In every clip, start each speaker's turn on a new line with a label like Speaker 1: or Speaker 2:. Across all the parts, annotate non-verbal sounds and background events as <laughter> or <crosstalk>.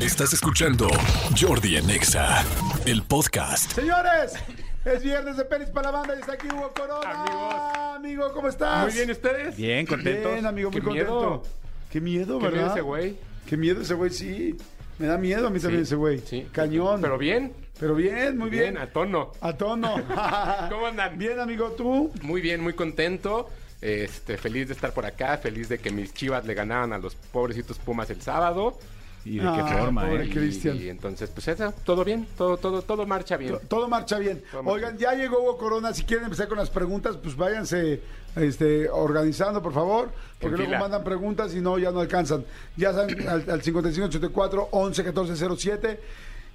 Speaker 1: Estás escuchando Jordi en Exa, el podcast.
Speaker 2: Señores, es viernes de Pelis para la banda y está aquí Hugo Corona.
Speaker 3: Amigos.
Speaker 2: Amigo, ¿cómo estás?
Speaker 3: Muy bien, ¿y ustedes?
Speaker 4: Bien, contentos.
Speaker 2: Bien, amigo, muy
Speaker 3: Qué
Speaker 2: contento.
Speaker 3: miedo.
Speaker 2: Qué miedo,
Speaker 3: ¿Qué
Speaker 2: ¿verdad?
Speaker 3: miedo ese güey?
Speaker 2: Qué miedo ese güey, sí. Me da miedo a mí también ese güey.
Speaker 3: sí.
Speaker 2: Cañón.
Speaker 3: Pero bien,
Speaker 2: Pero bien, muy bien.
Speaker 3: bien, a tono.
Speaker 2: a... tono.
Speaker 3: <laughs> ¿Cómo andan?
Speaker 2: Bien, amigo, tú.
Speaker 3: Muy bien, muy contento. Este, feliz de estar por acá, feliz de que mis chivas le ganaban a los pobrecitos Pumas el sábado.
Speaker 4: Y de
Speaker 2: Ah,
Speaker 4: qué forma,
Speaker 2: pobre
Speaker 4: ¿eh?
Speaker 3: Y-
Speaker 2: Cristian.
Speaker 3: Y entonces, pues eso, todo bien, todo, todo, todo marcha bien.
Speaker 2: To- Todo marcha bien.
Speaker 3: Todo marcha
Speaker 2: Oigan, ya llegó Hugo Corona. Si quieren empezar con las preguntas, pues váyanse este, organizando, por favor. Porque luego
Speaker 3: fila.
Speaker 2: mandan preguntas y no, ya no alcanzan. Ya saben, <clears throat> al, al 5584-111407.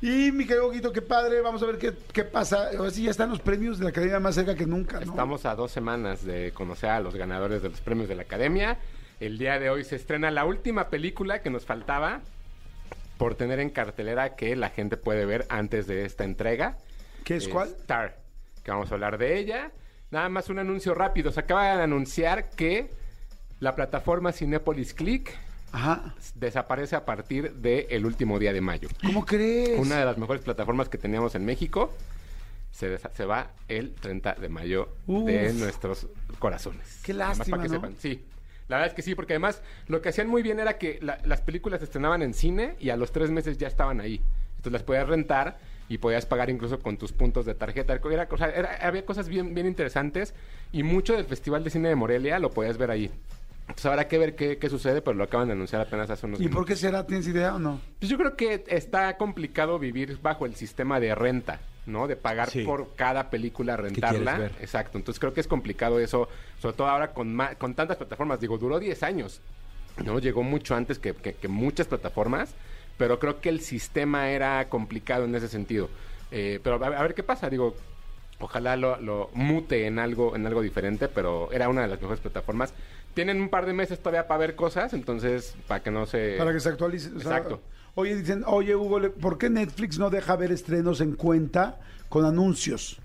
Speaker 2: Y mi querido Guito, qué padre. Vamos a ver qué, qué pasa. Ahora sí, ya están los premios de la academia más cerca que nunca, ¿no?
Speaker 3: Estamos a dos semanas de conocer a los ganadores de los premios de la academia. El día de hoy se estrena la última película que nos faltaba por tener en cartelera que la gente puede ver antes de esta entrega.
Speaker 2: ¿Qué es cuál?
Speaker 3: Star, que vamos a hablar de ella. Nada más un anuncio rápido. Se acaba de anunciar que la plataforma Cinépolis Click
Speaker 2: Ajá.
Speaker 3: desaparece a partir del último día de mayo.
Speaker 2: ¿Cómo crees?
Speaker 3: Una de las mejores plataformas que teníamos en México se, desa- se va el 30 de mayo de
Speaker 2: Uf.
Speaker 3: nuestros corazones.
Speaker 2: Qué
Speaker 3: Nada más
Speaker 2: lástima,
Speaker 3: para que
Speaker 2: ¿no?
Speaker 3: sepan, sí. La verdad es que sí, porque además lo que hacían muy bien era que la- las películas se estrenaban en cine y a los tres meses ya estaban ahí. Entonces las podías rentar y podías pagar incluso con tus puntos de tarjeta. Era, cosa- era- había cosas bien, bien interesantes y mucho del Festival de Cine de Morelia lo podías ver ahí. Entonces habrá que ver qué, qué sucede, pero lo acaban de anunciar apenas hace unos
Speaker 2: ¿Y por
Speaker 3: minutos.
Speaker 2: qué será? ¿Tienes idea o no?
Speaker 3: Pues yo creo que está complicado vivir bajo el sistema de renta, ¿no? De pagar
Speaker 4: Sí.
Speaker 3: por cada película, rentarla.
Speaker 4: quieres ver.
Speaker 3: Exacto. Entonces creo que es complicado eso, sobre todo ahora con, ma- con tantas plataformas. Digo, duró 10 años, ¿no? Llegó mucho antes que, que- que muchas plataformas, pero creo que el sistema era complicado en ese sentido. Eh, pero a, a ver qué pasa, digo. Ojalá lo, lo mute en algo, en algo diferente, pero era una de las mejores plataformas. Tienen un par de meses todavía para ver cosas, entonces para que no se...
Speaker 2: Para que se actualice. o sea,
Speaker 3: Eh, exacto.
Speaker 2: oye, dicen, oye, Hugo, le- ¿por qué Netflix no deja ver estrenos en cuenta con anuncios?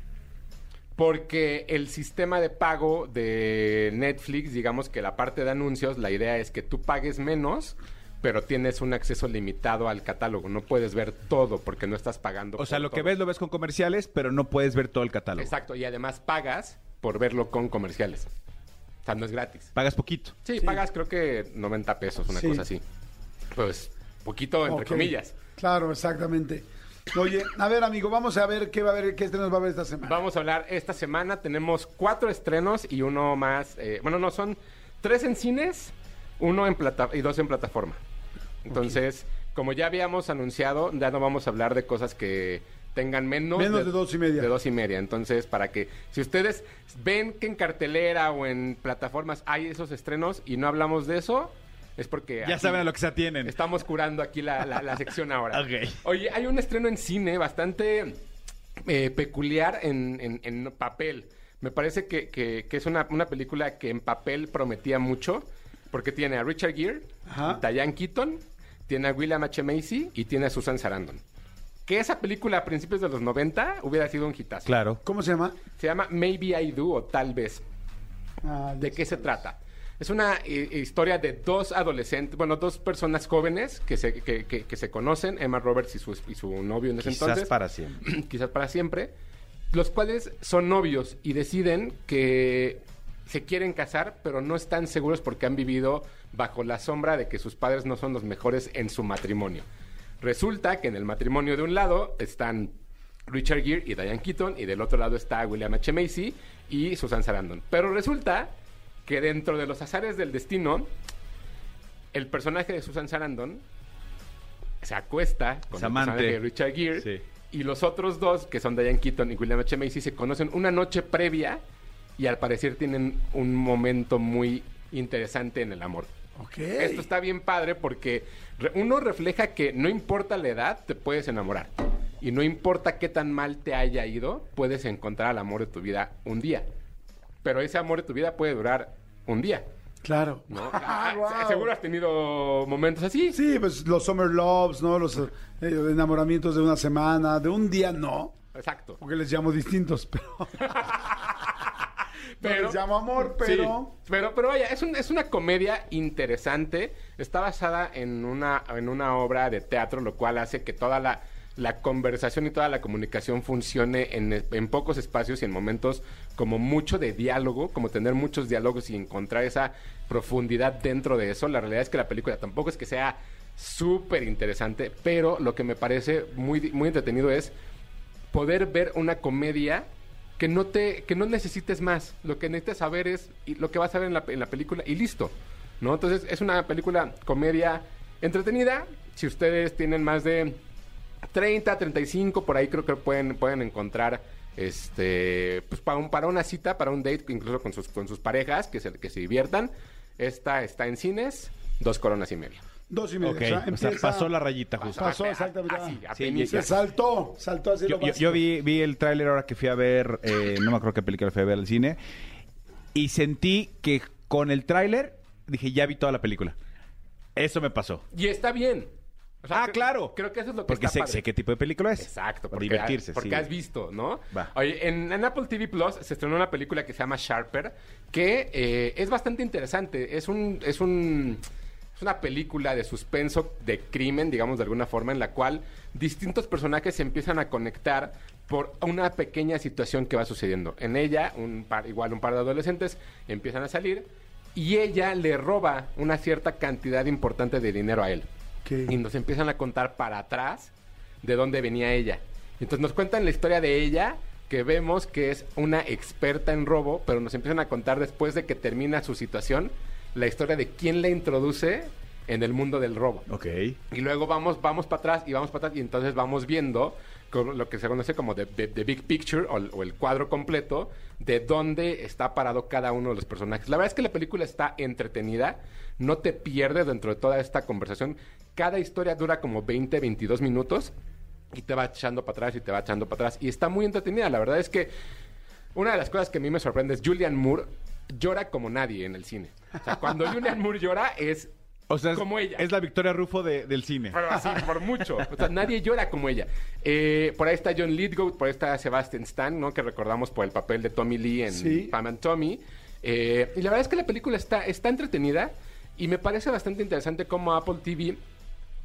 Speaker 3: Porque el sistema de pago de Netflix, digamos que la parte de anuncios, la idea es que tú pagues menos, pero tienes un acceso limitado al catálogo. No puedes ver todo porque no estás pagando.
Speaker 4: O sea,
Speaker 3: por
Speaker 4: lo que
Speaker 3: todo.
Speaker 4: ves lo ves con comerciales, pero no puedes ver todo el catálogo.
Speaker 3: Exacto, y además pagas por verlo con comerciales. O sea, no es gratis.
Speaker 4: Pagas poquito.
Speaker 3: Sí, pagas creo que 90 pesos, una
Speaker 2: Sí.
Speaker 3: cosa así. Pues, poquito entre
Speaker 2: Ok.
Speaker 3: comillas.
Speaker 2: Claro, exactamente. Oye, a ver, amigo, vamos a ver qué va a haber, qué estrenos va a haber esta semana.
Speaker 3: Vamos a hablar esta semana. Tenemos cuatro estrenos y uno más. eh, bueno, no, son tres en cines, uno en plata y dos en plataforma. Entonces, como ya habíamos anunciado, ya no vamos a hablar de cosas que tengan menos.
Speaker 2: Menos de dos y media.
Speaker 3: De dos y media. Entonces, para que si ustedes ven que en cartelera o en plataformas hay esos estrenos y no hablamos de eso, es porque.
Speaker 4: Ya
Speaker 3: aquí-
Speaker 4: saben a lo que se atienen.
Speaker 3: Estamos curando aquí la, la- la sección ahora.
Speaker 4: <laughs> Ok.
Speaker 3: Oye, hay un estreno en cine bastante eh, peculiar en, en- en papel. Me parece que, que- que es una, una película que en papel prometía mucho, porque tiene a Richard Gere,
Speaker 2: Ajá.
Speaker 3: a Diane Keaton, tiene a William H. Macy y tiene a Susan Sarandon. Que esa película a principios de los 90 hubiera sido un hitazo.
Speaker 4: Claro.
Speaker 2: ¿Cómo se llama?
Speaker 3: Se llama Maybe I Do o Tal vez.
Speaker 2: Ah,
Speaker 3: ¿De qué se trata? Es una eh, historia de dos adolescentes, bueno, dos personas jóvenes que se, que, que- que se conocen, Emma Roberts y su, y su novio en ese
Speaker 4: Quizás
Speaker 3: Pues entonces.
Speaker 4: para siempre.
Speaker 3: <clears throat> quizás para siempre. Los cuales son novios y deciden que se quieren casar, pero no están seguros porque han vivido bajo la sombra de que sus padres no son los mejores en su matrimonio. Resulta que en el matrimonio de un lado están Richard Gere y Diane Keaton, y del otro lado está William H. Macy y Susan Sarandon. Pero resulta que dentro de los azares del destino, el personaje de Susan Sarandon se acuesta con
Speaker 4: Es
Speaker 3: el
Speaker 4: amante.
Speaker 3: personaje de Richard Gere
Speaker 4: Sí.
Speaker 3: y los otros dos, que son Diane Keaton y William H. Macy, se conocen una noche previa y al parecer tienen un momento muy interesante en el amor.
Speaker 2: Ok.
Speaker 3: Esto está bien padre porque re- uno refleja que no importa la edad, te puedes enamorar. Y no importa qué tan mal te haya ido, puedes encontrar al amor de tu vida un día. Pero ese amor de tu vida puede durar un día.
Speaker 2: Claro.
Speaker 3: ¿no?
Speaker 2: <laughs> Ah,
Speaker 3: Ah,
Speaker 2: guau.
Speaker 3: Seguro has tenido momentos así.
Speaker 2: Sí, pues los summer loves, ¿no? Los eh, enamoramientos de una semana, de un día no,
Speaker 3: Exacto.
Speaker 2: <laughs> porque les llamo distintos, pero Pero, les llamo amor, pero.
Speaker 3: Sí, pero, pero vaya, es, un- es una comedia interesante. Está basada en una, en una obra de teatro, lo cual hace que toda la, la conversación y toda la comunicación funcione en, en pocos espacios y en momentos como mucho de diálogo, como tener muchos diálogos y encontrar esa profundidad dentro de eso. La realidad es que la película tampoco es que sea súper interesante, pero lo que me parece muy, muy entretenido es poder ver una comedia que no te que no necesites más lo que necesitas saber es y lo que vas a ver en la, en la película y listo no entonces es una película comedia entretenida si ustedes tienen más de 30 35 por ahí creo que pueden pueden encontrar este pues para un- para una cita para un date incluso con sus con sus parejas que se que se diviertan esta está en cines dos coronas y media Ah,
Speaker 2: Dos y media.
Speaker 4: Ok, o sea,
Speaker 2: empieza-
Speaker 4: pasó la rayita justo.
Speaker 2: Pasó exactamente.
Speaker 3: así
Speaker 4: Sí,
Speaker 3: apenas.
Speaker 2: Se saltó, saltó así
Speaker 4: Yo,
Speaker 2: lo
Speaker 4: yo-
Speaker 2: básico.
Speaker 4: yo vi, vi el tráiler ahora que fui a ver, eh, no me acuerdo qué película fui a ver al cine, y sentí que con el tráiler dije, ya vi toda la película. Eso me pasó.
Speaker 3: y está bien O sea,
Speaker 4: ah,
Speaker 3: cre-
Speaker 4: claro.
Speaker 3: creo que eso es lo que
Speaker 4: Porque
Speaker 3: está
Speaker 4: sé,
Speaker 3: padre.
Speaker 4: sé qué tipo de película es.
Speaker 3: Exacto,
Speaker 4: pues. Para
Speaker 3: porque,
Speaker 4: divertirse.
Speaker 3: porque
Speaker 4: sí.
Speaker 3: has visto, ¿no?
Speaker 4: Va.
Speaker 3: Oye, en, en Apple TV Plus se estrenó una película que se llama Sharper, que eh, es bastante interesante. Es un, es un es una película de suspenso, de crimen, digamos de alguna forma, en la cual distintos personajes se empiezan a conectar por una pequeña situación que va sucediendo. En ella, un par, igual un par de adolescentes empiezan a salir y ella le roba una cierta cantidad importante de dinero a él.
Speaker 2: ¿Qué?
Speaker 3: Y nos empiezan a contar para atrás de dónde venía ella. Entonces nos cuentan la historia de ella, que vemos que es una experta en robo, pero nos empiezan a contar después de que termina su situación, la historia de quién la introduce en el mundo del robo.
Speaker 4: Ok.
Speaker 3: Y luego vamos, vamos para atrás y vamos para atrás y entonces vamos viendo con lo que se conoce como the, the- the big picture o, el- o el cuadro completo de dónde está parado cada uno de los personajes. La verdad es que la película está entretenida, no te pierdes dentro de toda esta conversación. Cada historia dura como 20, 22 minutos y te va echando para atrás y te va echando para atrás y está muy entretenida. La verdad es que una de las cosas que a mí me sorprende es Julian Moore llora como nadie en el cine. O sea, cuando Julian Moore llora es
Speaker 4: O sea, es,
Speaker 3: como ella.
Speaker 4: es la Victoria Rufo de- del cine.
Speaker 3: Pero así, <laughs> por mucho. O sea, nadie llora como ella. Eh, por ahí está John Lithgow, por ahí está Sebastian Stan, ¿no? Que recordamos por el papel de Tommy Lee en
Speaker 2: Sí.
Speaker 3: Pam and Tommy. Eh, y la verdad es que la película está, está entretenida y me parece bastante interesante cómo Apple TV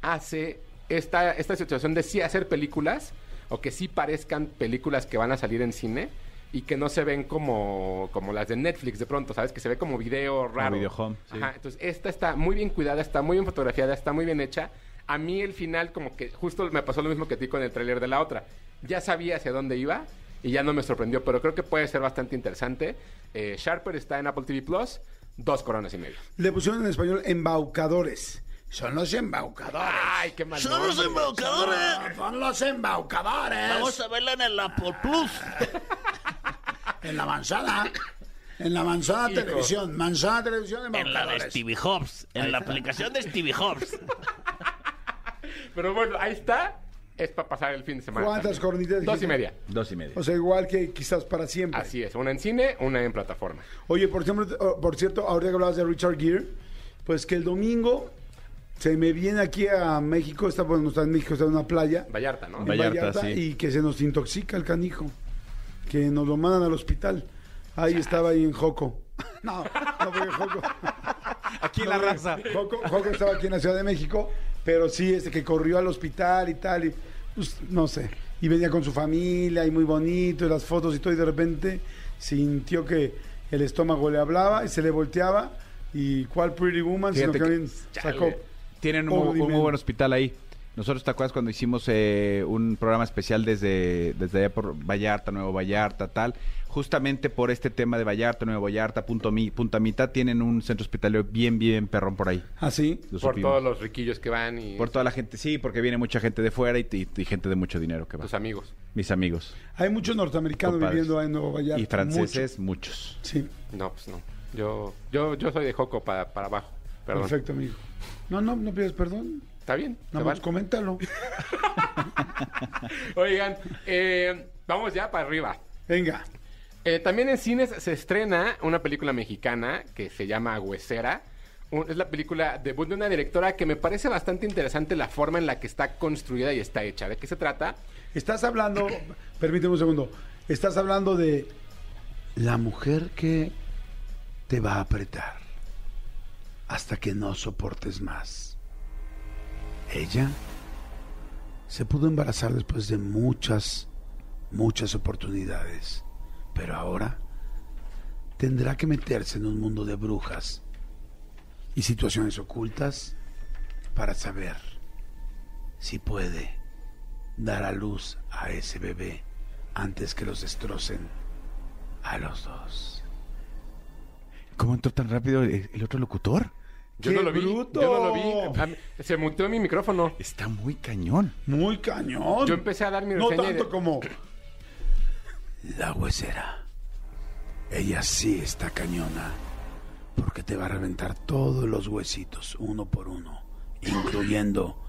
Speaker 3: hace esta, esta situación de sí hacer películas o que sí parezcan películas que van a salir en cine y que no se ven como, como las de Netflix de pronto, ¿sabes? Que se ve como video raro.
Speaker 4: video home, sí.
Speaker 3: Ajá, entonces, esta está muy bien cuidada, está muy bien fotografiada, está muy bien hecha. A mí el final, como que justo me pasó lo mismo que a ti con el tráiler de la otra. Ya sabía hacia dónde iba y ya no me sorprendió, pero creo que puede ser bastante interesante. Eh, Sharper está en Apple TV Plus, dos coronas y medio.
Speaker 2: Le pusieron en español embaucadores. Son los embaucadores.
Speaker 3: ¡Ay, qué mal!
Speaker 5: Son los
Speaker 3: nombre!
Speaker 5: embaucadores.
Speaker 2: Son los embaucadores.
Speaker 5: Vamos a verla en el Apple Plus.
Speaker 2: En la manzana. En la manzana televisión. Manzana televisión
Speaker 5: En la de
Speaker 2: embaucadores.
Speaker 5: Stevie Hobbs. En la aplicación de Stevie Hobbs.
Speaker 3: Pero bueno, ahí está. Es para pasar el fin de semana.
Speaker 2: ¿Cuántas
Speaker 3: también.
Speaker 2: coronitas
Speaker 3: Dos
Speaker 2: dijiste?
Speaker 3: y media.
Speaker 4: Dos y media.
Speaker 2: O sea, igual que quizás para siempre.
Speaker 3: Así es, una en cine, una en plataforma.
Speaker 2: Oye, por, ejemplo, oh, por cierto, ahorita que hablabas de Richard Gere, pues que el domingo se me viene aquí a México, está, bueno, no está en México, está en una playa.
Speaker 3: Vallarta, ¿no?
Speaker 2: en
Speaker 4: Vallarta, sí.
Speaker 2: Y que se nos intoxica el canijo. Que nos lo mandan al hospital. Ahí estaba ahí en Joco. <laughs> No, no fue en Joco.
Speaker 4: <laughs> Aquí la raza.
Speaker 2: Joco, Joco estaba aquí en la Ciudad de México, pero sí, este que corrió al hospital y tal, y pues, no sé. Y venía con su familia y muy bonito, y las fotos y todo, y de repente sintió que el estómago le hablaba y se le volteaba. Y cuál Pretty Woman, sino
Speaker 4: Fíjate
Speaker 2: que
Speaker 4: que-
Speaker 2: alguien sacó.
Speaker 4: Tienen un,
Speaker 2: Oh,
Speaker 4: un
Speaker 2: dime.
Speaker 4: muy buen hospital ahí. Nosotros, ¿te acuerdas cuando hicimos eh, un programa especial desde, desde allá por Vallarta, Nuevo Vallarta, tal? Justamente por este tema de Vallarta, Nuevo Vallarta, punto mi, Punta Mitad, tienen un centro hospitalario bien, bien perrón por ahí.
Speaker 2: Así.
Speaker 4: Lo
Speaker 3: Por
Speaker 4: supimos.
Speaker 3: todos los riquillos que van y
Speaker 4: Por toda la gente, sí, porque viene mucha gente de fuera y, y- y gente de mucho dinero que va.
Speaker 3: tus amigos.
Speaker 4: Mis amigos.
Speaker 2: Hay muchos norteamericanos
Speaker 4: Compadres.
Speaker 2: viviendo ahí en Nuevo Vallarta.
Speaker 4: Y
Speaker 2: muchos.
Speaker 4: franceses, muchos.
Speaker 2: Sí,
Speaker 3: No, pues no. Yo, yo, yo soy de Joco para, para abajo. Perdón.
Speaker 2: perfecto, amigo. No, no, no pides perdón.
Speaker 3: Está bien. se
Speaker 2: Nada
Speaker 3: van.
Speaker 2: más coméntalo.
Speaker 3: Oigan, eh, vamos ya para arriba.
Speaker 2: Venga.
Speaker 3: Eh, también en cines se estrena una película mexicana que se llama Huesera. Un- es la película debut de una directora que me parece bastante interesante la forma en la que está construida y está hecha. ¿De qué se trata?
Speaker 2: Estás hablando, permíteme un segundo, estás hablando de la mujer que te va a apretar hasta que no soportes más. Ella se pudo embarazar después de muchas, muchas oportunidades, pero ahora tendrá que meterse en un mundo de brujas y situaciones ocultas para saber si puede dar a luz a ese bebé antes que los destrocen a los dos.
Speaker 4: ¿Cómo entró tan rápido el, el otro locutor?
Speaker 3: Yo
Speaker 2: ¡Qué
Speaker 3: no lo vi.
Speaker 2: bruto!
Speaker 3: Yo no lo vi. A mí- se muteó mi micrófono.
Speaker 4: Está muy cañón.
Speaker 2: Muy cañón.
Speaker 3: Yo empecé a dar mi
Speaker 2: No
Speaker 3: reseña y de-
Speaker 2: tanto como <clears throat> la huesera. Ella sí está cañona. Porque te va a reventar todos los huesitos, uno por uno, incluyendo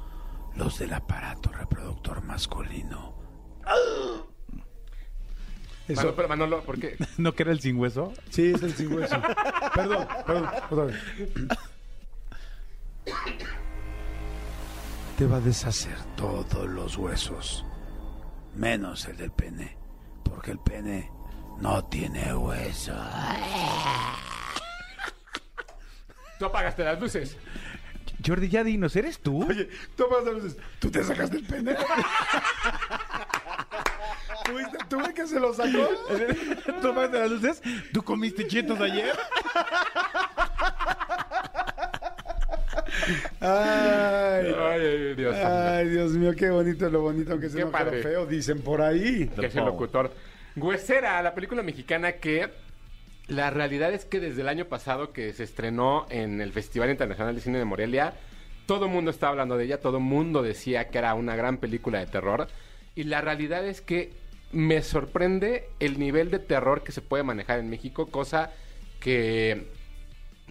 Speaker 2: los del aparato reproductor masculino.
Speaker 3: Manolo, pero Manolo, ¿por qué?
Speaker 4: ¿No que era el sin hueso?
Speaker 2: Sí, es el sin hueso. perdón, perdón, otra vez. Te va a deshacer todos los huesos, menos el del pene, porque el pene no tiene hueso.
Speaker 3: Tú apagaste las luces.
Speaker 4: Jordi, ya dinos, ¿eres tú?
Speaker 2: tú vas a veces, tú te sacaste el pene. ¿Tuviste, tuve que se lo sacó.
Speaker 4: <laughs> ¿Tomaste las luces? ¿Tú comiste chetos ayer?
Speaker 2: Ay,
Speaker 3: Ay, ay, Dios.
Speaker 2: ay, Dios mío, qué bonito lo bonito, aunque se
Speaker 3: Qué
Speaker 2: no quedó
Speaker 3: padre.
Speaker 2: feo, dicen por ahí.
Speaker 3: que es el locutor. Huesera, la película mexicana que la realidad es que desde el año pasado que se estrenó en el Festival Internacional de Cine de Morelia, todo el mundo estaba hablando de ella, todo el mundo decía que era una gran película de terror. Y la realidad es que me sorprende el nivel de terror que se puede manejar en México, cosa que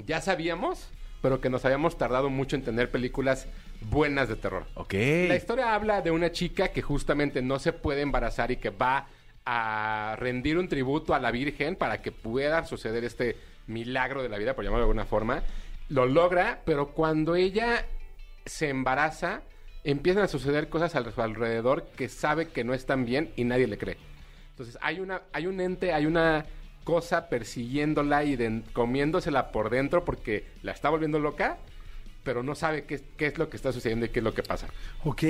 Speaker 3: ya sabíamos, pero que nos habíamos tardado mucho en tener películas buenas de terror.
Speaker 4: Ok.
Speaker 3: La historia habla de una chica que justamente no se puede embarazar y que va a rendir un tributo a la Virgen para que pueda suceder este milagro de la vida, por llamarlo de alguna forma. Lo logra, pero cuando ella se embaraza, empiezan a suceder cosas a su alrededor que sabe que no están bien y nadie le cree. Entonces hay una, hay un ente, hay una cosa persiguiéndola y den- comiéndosela por dentro porque la está volviendo loca, pero no sabe qué, qué es lo que está sucediendo y qué es lo que pasa.
Speaker 2: Ok.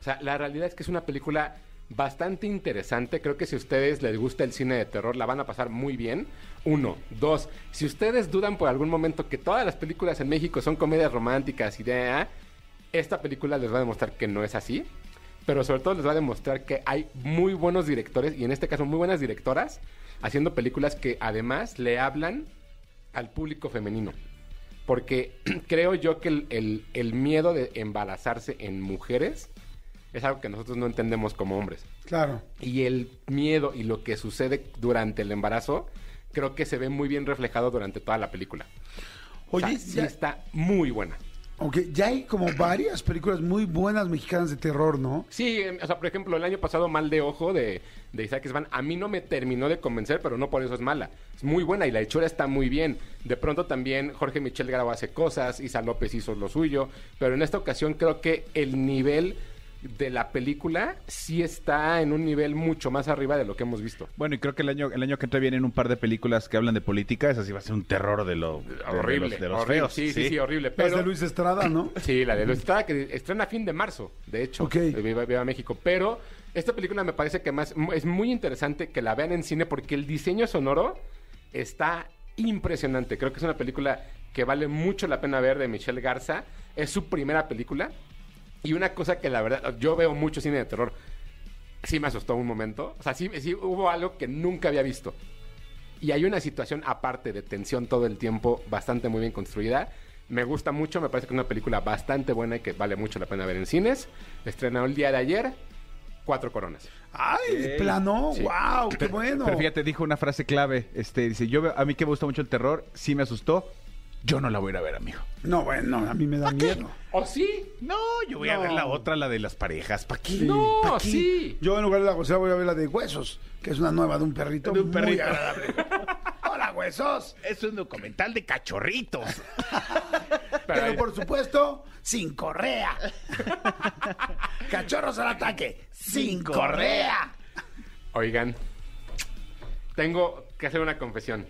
Speaker 3: O sea, la realidad es que es una película bastante interesante. Creo que si a ustedes les gusta el cine de terror, la van a pasar muy bien. Uno. Dos. Si ustedes dudan por algún momento que todas las películas en México son comedias románticas y de... ah, Esta película les va a demostrar que no es así. Pero sobre todo les va a demostrar que hay muy buenos directores, y en este caso muy buenas directoras, haciendo películas que además le hablan al público femenino. Porque <clears throat> creo yo que el, el- el miedo de embarazarse en mujeres es algo que nosotros no entendemos como hombres.
Speaker 2: Claro.
Speaker 3: Y el miedo y lo que sucede durante el embarazo, creo que se ve muy bien reflejado durante toda la película. O sea,
Speaker 2: Oye,
Speaker 3: sí
Speaker 2: ya,
Speaker 3: está muy buena.
Speaker 2: ok, ya hay como varias películas muy buenas mexicanas de terror, ¿no?
Speaker 3: Sí, em, o sea, por ejemplo, el año pasado Mal de Ojo de, de Isaac Isman, a mí no me terminó de convencer, pero no por eso es mala. Es muy buena y la hechura está muy bien. De pronto también Jorge Michel Grau hace cosas, Isa López hizo lo suyo, pero en esta ocasión creo que el nivel de la película sí está en un nivel mucho más arriba de lo que hemos visto.
Speaker 4: Bueno, y creo que el año, el año que entra vienen un par de películas que hablan de política. Esa sí va a ser un terror de lo de- de
Speaker 3: Horrible,
Speaker 4: los- de los
Speaker 3: horrible.
Speaker 4: feos,
Speaker 3: Sí, sí, sí, horrible.
Speaker 2: Pero...
Speaker 3: Pero
Speaker 2: de Luis Estrada, ¿no?
Speaker 3: Sí, la de Luis Estrada, que estrena a fin de marzo, de hecho.
Speaker 2: Ok.
Speaker 3: Eh, Viva, Viva México. Pero esta película me parece que más mu- es muy interesante que la vean en cine porque el diseño sonoro está impresionante. Creo que es una película que vale mucho la pena ver de Michelle Garza. Es su primera película. Y una cosa que la verdad, yo veo mucho cine de terror. Sí me asustó un momento. O sea, sí, sí hubo algo que nunca había visto. Y hay una situación aparte de tensión todo el tiempo, bastante muy bien construida. Me gusta mucho, me parece que es una película bastante buena y que vale mucho la pena ver en cines. Estrenado el día de ayer, Cuatro Coronas.
Speaker 2: ¡Ay, de plano!
Speaker 3: Sí.
Speaker 2: ¡Wow! ¡Qué bueno!
Speaker 4: Pero fíjate, dijo una frase clave. Este, dice, yo veo- a mí que me gusta mucho el terror, sí me asustó. Yo no la voy a ir a ver, amigo.
Speaker 2: No, bueno, a mí me da miedo.
Speaker 3: ¿O ¿Oh, sí?
Speaker 4: No, yo voy a ver la otra, la de las parejas. ¿Para qué?
Speaker 3: No,
Speaker 2: ¿pa' qué?
Speaker 3: sí.
Speaker 2: Yo en lugar de la gozada voy a ver la de huesos, que es una nueva de un perrito.
Speaker 4: De un
Speaker 2: muy
Speaker 4: perrito.
Speaker 2: agradable. <laughs> Hola, huesos.
Speaker 4: Es un documental de cachorritos.
Speaker 3: Pero
Speaker 2: Pero por supuesto, sin correa. Cachorros al ataque, sin correa.
Speaker 3: Oigan, Tengo que hacer una confesión.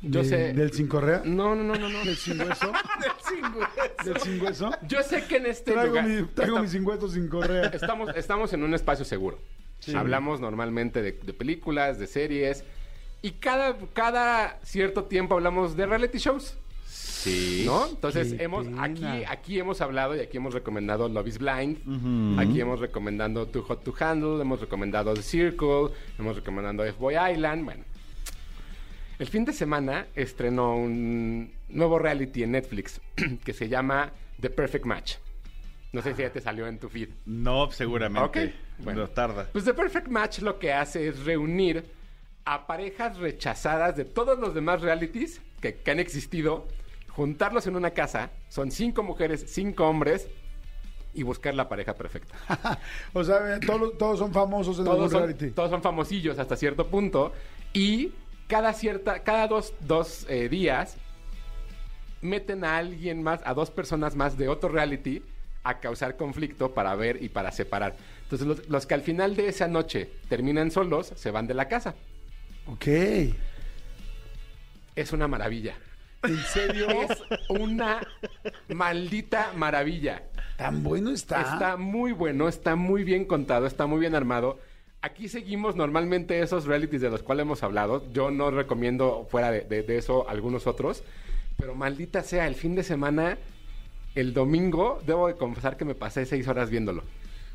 Speaker 3: Yo
Speaker 2: ¿De-
Speaker 3: sé.
Speaker 2: ¿Del sin correa?
Speaker 3: No, no, no, no, no.
Speaker 2: ¿Del <laughs> sin hueso? ¿Del sin
Speaker 3: <laughs>
Speaker 2: hueso?
Speaker 3: Yo sé que en este
Speaker 2: Traigo,
Speaker 3: lugar.
Speaker 2: mi, traigo
Speaker 3: esta-
Speaker 2: mi sin hueso sin correa.
Speaker 3: estamos, estamos en un espacio seguro. Hablamos normalmente de, de películas, de series. Y cada, cada cierto tiempo hablamos de reality shows. Sí. ¿No? Entonces
Speaker 2: Qué
Speaker 3: hemos
Speaker 2: pena.
Speaker 3: aquí, aquí hemos hablado y aquí hemos recomendado Love is Blind. Aquí hemos recomendado Too Hot to Handle. Hemos recomendado The Circle. Hemos recomendado F-Boy Island. Bueno. El fin de semana estrenó un nuevo reality en Netflix <clears throat> que se llama The Perfect Match. No sé si ya te salió en tu feed.
Speaker 4: No, seguramente.
Speaker 3: Ok, bueno.
Speaker 4: No tarda.
Speaker 3: Pues The Perfect Match lo que hace es reunir a parejas rechazadas de todos los demás realities que, que han existido, juntarlos en una casa, son cinco mujeres, cinco hombres, y buscar la pareja perfecta.
Speaker 2: O sea, todos, todos son famosos en algún
Speaker 3: Todos son,
Speaker 2: reality.
Speaker 3: todos son famosillos hasta cierto punto, y cada, cierta, cada dos, dos, eh, días meten a alguien más, a dos personas más de otro reality, a causar conflicto para ver y para separar. Entonces los- los que al final de esa noche terminan solos, se van de la casa.
Speaker 2: Ok. ¿En
Speaker 3: Es una maravilla.
Speaker 2: serio?
Speaker 3: Es una maldita maravilla.
Speaker 2: ¿Tan bueno está?
Speaker 3: Está muy bueno, está muy bien contado, está muy bien armado. Aquí seguimos normalmente esos realities de los cuales hemos hablado. Yo no recomiendo fuera de, de- de eso algunos otros. Pero maldita sea, el fin de semana, el domingo, debo de confesar que me pasé seis horas viéndolo.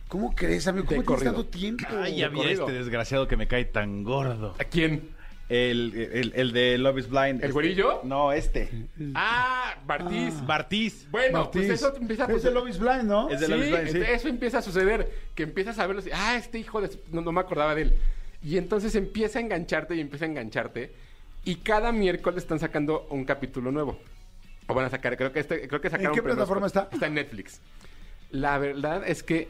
Speaker 2: ¿Cómo crees, amigo? ¿Cómo tienes
Speaker 3: De corrido.
Speaker 2: tanto tiempo?
Speaker 4: Ay, ya vi a
Speaker 3: corrido.
Speaker 4: este desgraciado que me cae tan gordo.
Speaker 3: ¿A quién?
Speaker 4: El, el, el de Love is
Speaker 3: ¿El
Speaker 4: Blind. Este-
Speaker 3: güerillo?
Speaker 4: No, este.
Speaker 3: Ah, Bartiz.
Speaker 4: Bartiz.
Speaker 3: Bueno,
Speaker 2: Martís,
Speaker 3: pues eso empieza a
Speaker 2: Es de Love is Blind, ¿no?
Speaker 4: Es de
Speaker 3: sí,
Speaker 4: Love is Blind, sí.
Speaker 3: ent- eso empieza a suceder, que empiezas a verlo, así, ah, este hijo de... su-", No, no me acordaba de él. Y entonces empieza a engancharte y empieza a engancharte. Y cada miércoles están sacando un capítulo nuevo. O van a sacar, creo que, este, creo que sacaron...
Speaker 2: qué
Speaker 3: primero-
Speaker 2: plataforma está?
Speaker 3: Está en Netflix. La verdad es que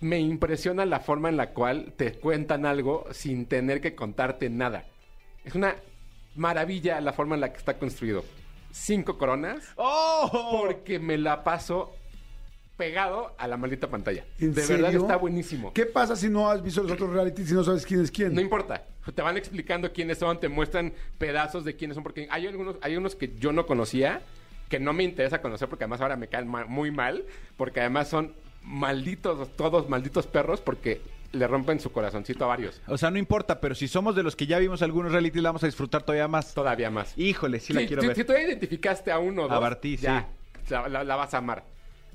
Speaker 3: me impresiona la forma en la cual te cuentan algo sin tener que contarte nada. Es una maravilla la forma en la que está construido. Cinco coronas
Speaker 4: ¡Oh!
Speaker 3: porque me la paso pegado a la maldita pantalla.
Speaker 2: ¿En
Speaker 3: de
Speaker 2: serio?
Speaker 3: verdad está buenísimo.
Speaker 2: ¿Qué pasa si no has visto los otros realities y no sabes quién es quién?
Speaker 3: No importa. Te van explicando quiénes son, te muestran pedazos de quiénes son, porque hay algunos, hay unos que yo no conocía, que no me interesa conocer, porque además ahora me caen ma- muy mal, porque además son malditos, todos malditos perros, porque le rompen su corazoncito a varios.
Speaker 4: O sea, no importa, pero si somos de los que ya vimos algunos reality, la vamos a disfrutar todavía más.
Speaker 3: Todavía más.
Speaker 4: Híjole, sí, la
Speaker 3: si,
Speaker 4: quiero
Speaker 3: si-
Speaker 4: ver.
Speaker 3: si tú ya identificaste a uno o dos,
Speaker 4: A Bartiz,
Speaker 3: ya, la, la- la vas a amar.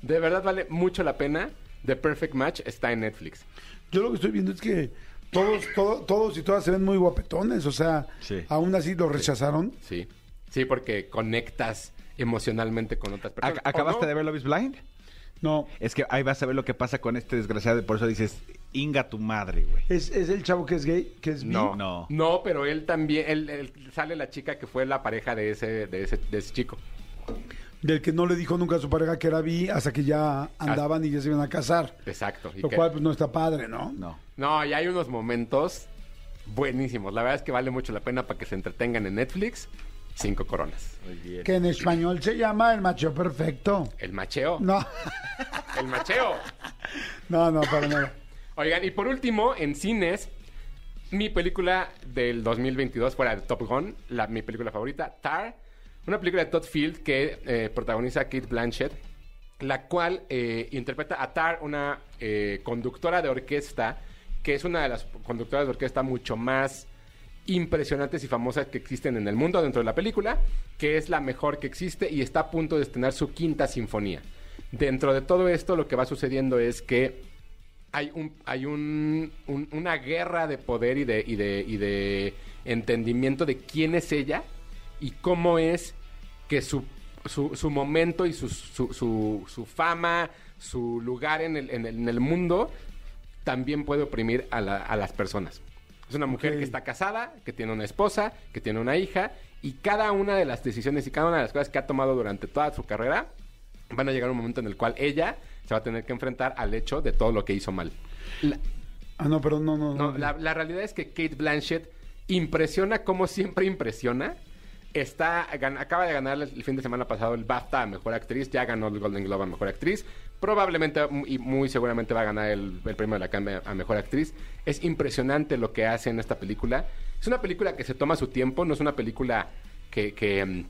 Speaker 3: De verdad vale mucho la pena. The Perfect Match está en Netflix.
Speaker 2: Yo lo que estoy viendo es que todos, todo- todos y todas se ven muy guapetones. O sea,
Speaker 4: Sí.
Speaker 2: aún así los rechazaron.
Speaker 3: Sí. Sí, porque conectas emocionalmente con otras
Speaker 4: Ac-
Speaker 3: personas.
Speaker 4: ¿Acabaste de ver Love is Blind?
Speaker 2: No.
Speaker 4: Es que ahí vas a ver lo que pasa con este desgraciado. y Por eso dices, inga tu madre, güey.
Speaker 2: ¿Es, es el chavo que es gay? ¿Que es bi?
Speaker 3: No,
Speaker 4: No.
Speaker 3: no. No, pero él también, él, él- sale la chica que fue la pareja de ese, de ese, de ese chico.
Speaker 2: Del que no le dijo nunca a su pareja que era bi hasta que ya andaban y ya se iban a casar.
Speaker 3: Exacto. y
Speaker 2: Lo
Speaker 3: que-
Speaker 2: cual pues no está padre, ¿no?
Speaker 4: No.
Speaker 3: No, y hay unos momentos buenísimos. La verdad es que vale mucho la pena para que se entretengan en Netflix. Cinco coronas.
Speaker 2: Que en español se llama el macho perfecto.
Speaker 3: El macheo.
Speaker 2: No, <laughs>
Speaker 3: El macheo.
Speaker 2: no, no, para nada.
Speaker 3: Oigan, y por último, en cines, mi película del 2022 fuera de Top Gun, la, mi película favorita, Tar, una película de Todd Field que eh, protagoniza a Kate Blanchett, la cual eh, interpreta a Tar, una eh, conductora de orquesta, que es una de las conductoras de orquesta mucho más impresionantes y famosas que existen en el mundo dentro de la película, que es la mejor que existe y está a punto de estrenar su quinta sinfonía. Dentro de todo esto lo que va sucediendo es que hay un hay un, un- una guerra de poder y de, y de y de entendimiento de quién es ella y cómo es que su su, su momento y su, su, su- su fama, su lugar en el, en el- en el mundo también puede oprimir a, la- a las personas. Es una mujer
Speaker 2: Ok.
Speaker 3: que está casada, que tiene una esposa, que tiene una hija, y cada una de las decisiones y cada una de las cosas que ha tomado durante toda su carrera van a llegar un momento en el cual ella se va a tener que enfrentar al hecho de todo lo que hizo mal. La,
Speaker 2: Ah, no, pero no, no,
Speaker 3: no,
Speaker 2: no.
Speaker 3: la, la realidad es que Kate Blanchett impresiona como siempre impresiona. Está, gan- acaba de ganar el fin de semana pasado el BAFTA a Mejor Actriz, ya ganó el Golden Globe a Mejor Actriz. Probablemente mm, y muy seguramente va a ganar el, el premio de la Academia a Mejor Actriz. Es impresionante lo que hace en esta película. Es una película que se toma su tiempo, no es una película que, que, mm,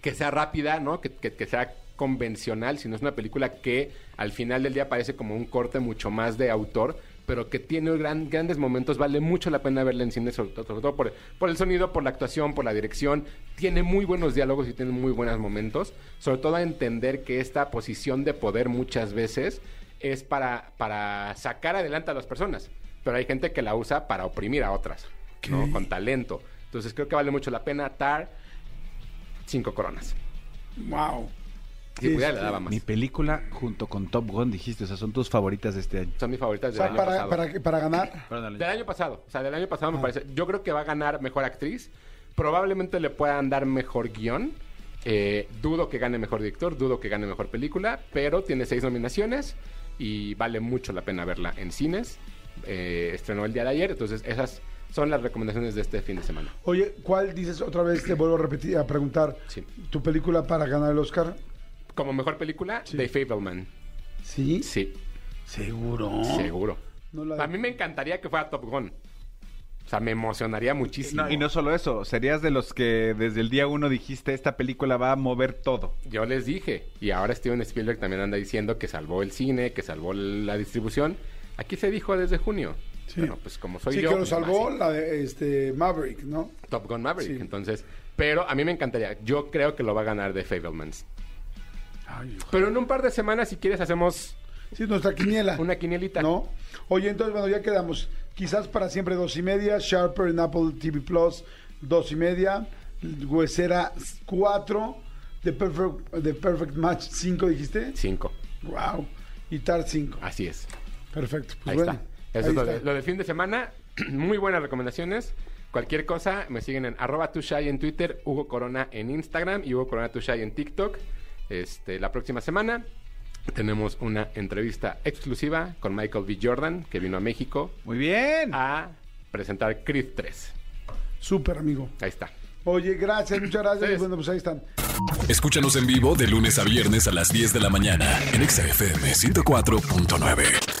Speaker 3: que sea rápida, ¿no? Que, que- que sea convencional, sino es una película que al final del día parece como un corte mucho más de autor, pero que tiene gran- grandes momentos, vale mucho la pena verla en cine, sobre todo, sobre todo por, por el sonido, por la actuación, por la dirección, tiene muy buenos diálogos y tiene muy buenos momentos, sobre todo a entender que esta posición de poder muchas veces es para, para sacar adelante a las personas, pero hay gente que la usa para oprimir a otras, ¿no? Con talento. Entonces creo que vale mucho la pena Tar cinco coronas.
Speaker 2: Wow.
Speaker 3: Si
Speaker 2: Sí,
Speaker 3: pudiera,
Speaker 2: sí.
Speaker 3: le daba más.
Speaker 4: Mi película junto con Top Gun, dijiste, o sea, son tus favoritas de este año.
Speaker 3: Son mis favoritas
Speaker 2: O
Speaker 3: del
Speaker 2: sea,
Speaker 3: año
Speaker 2: para,
Speaker 3: pasado.
Speaker 2: para, Ah. para ganar.
Speaker 4: Perdónale.
Speaker 3: Del año pasado. O sea, del año pasado me parece. Yo creo que va a ganar mejor actriz. Probablemente le puedan dar mejor guión. Eh, dudo que gane mejor director, dudo que gane mejor película, pero tiene seis nominaciones y vale mucho la pena verla en cines. Eh, estrenó el día de ayer, entonces esas son las recomendaciones de este fin de semana.
Speaker 2: Oye, ¿cuál dices otra vez? Te vuelvo a repetir, a preguntar.
Speaker 3: Sí.
Speaker 2: ¿Tu película para ganar el Oscar?
Speaker 3: Como mejor película,
Speaker 2: Sí.
Speaker 3: The Fableman.
Speaker 2: Sí.
Speaker 3: Sí,
Speaker 2: ¿Seguro?
Speaker 3: seguro.
Speaker 2: No la-
Speaker 3: A mí me encantaría que fuera Top Gun. O sea, me emocionaría muchísimo.
Speaker 4: No, y no solo eso, serías de los que desde el día uno dijiste, esta película va a mover todo.
Speaker 3: Yo les dije, y ahora Steven Spielberg también anda diciendo que salvó el cine, que salvó la distribución. Aquí se dijo desde junio.
Speaker 2: Sí.
Speaker 3: Bueno, pues como soy
Speaker 2: sí,
Speaker 3: yo.
Speaker 2: que lo
Speaker 3: pues,
Speaker 2: salvó
Speaker 3: así.
Speaker 2: la de este, Maverick, ¿no?
Speaker 3: Top Gun Maverick.
Speaker 2: Sí.
Speaker 3: Entonces, pero a mí me encantaría. Yo creo que lo va a ganar The Fablemans. Pero en un par de semanas, si quieres, hacemos
Speaker 2: Sí, nuestra quiniela.
Speaker 3: una quinielita.
Speaker 2: ¿No? Oye, entonces, bueno, ya quedamos. Quizás para siempre dos y media, Sharper en Apple TV Plus, dos y media, Huesera 4, The Perfect, The Perfect Match 5, dijiste.
Speaker 3: Cinco.
Speaker 2: Wow. Y TAR 5.
Speaker 3: Así es.
Speaker 2: Perfecto. Pues
Speaker 3: ahí
Speaker 2: bueno.
Speaker 3: está. Eso
Speaker 2: ahí
Speaker 3: es lo,
Speaker 2: está.
Speaker 3: De, lo de fin de semana. <clears throat> Muy buenas recomendaciones. Cualquier cosa, me siguen en arroba tushai en Twitter, Hugo Corona en Instagram y Hugo Corona tushai en TikTok. Este, la próxima semana tenemos una entrevista exclusiva con Michael B. Jordan, que vino a México
Speaker 4: Muy bien.
Speaker 3: a presentar Creed 3.
Speaker 2: Súper, amigo.
Speaker 3: Ahí está.
Speaker 2: Oye, gracias, muchas gracias.
Speaker 3: Ustedes.
Speaker 2: Bueno, pues ahí están.
Speaker 1: Escúchanos en vivo de lunes a viernes a las 10 de la mañana en Exa FM 104.9.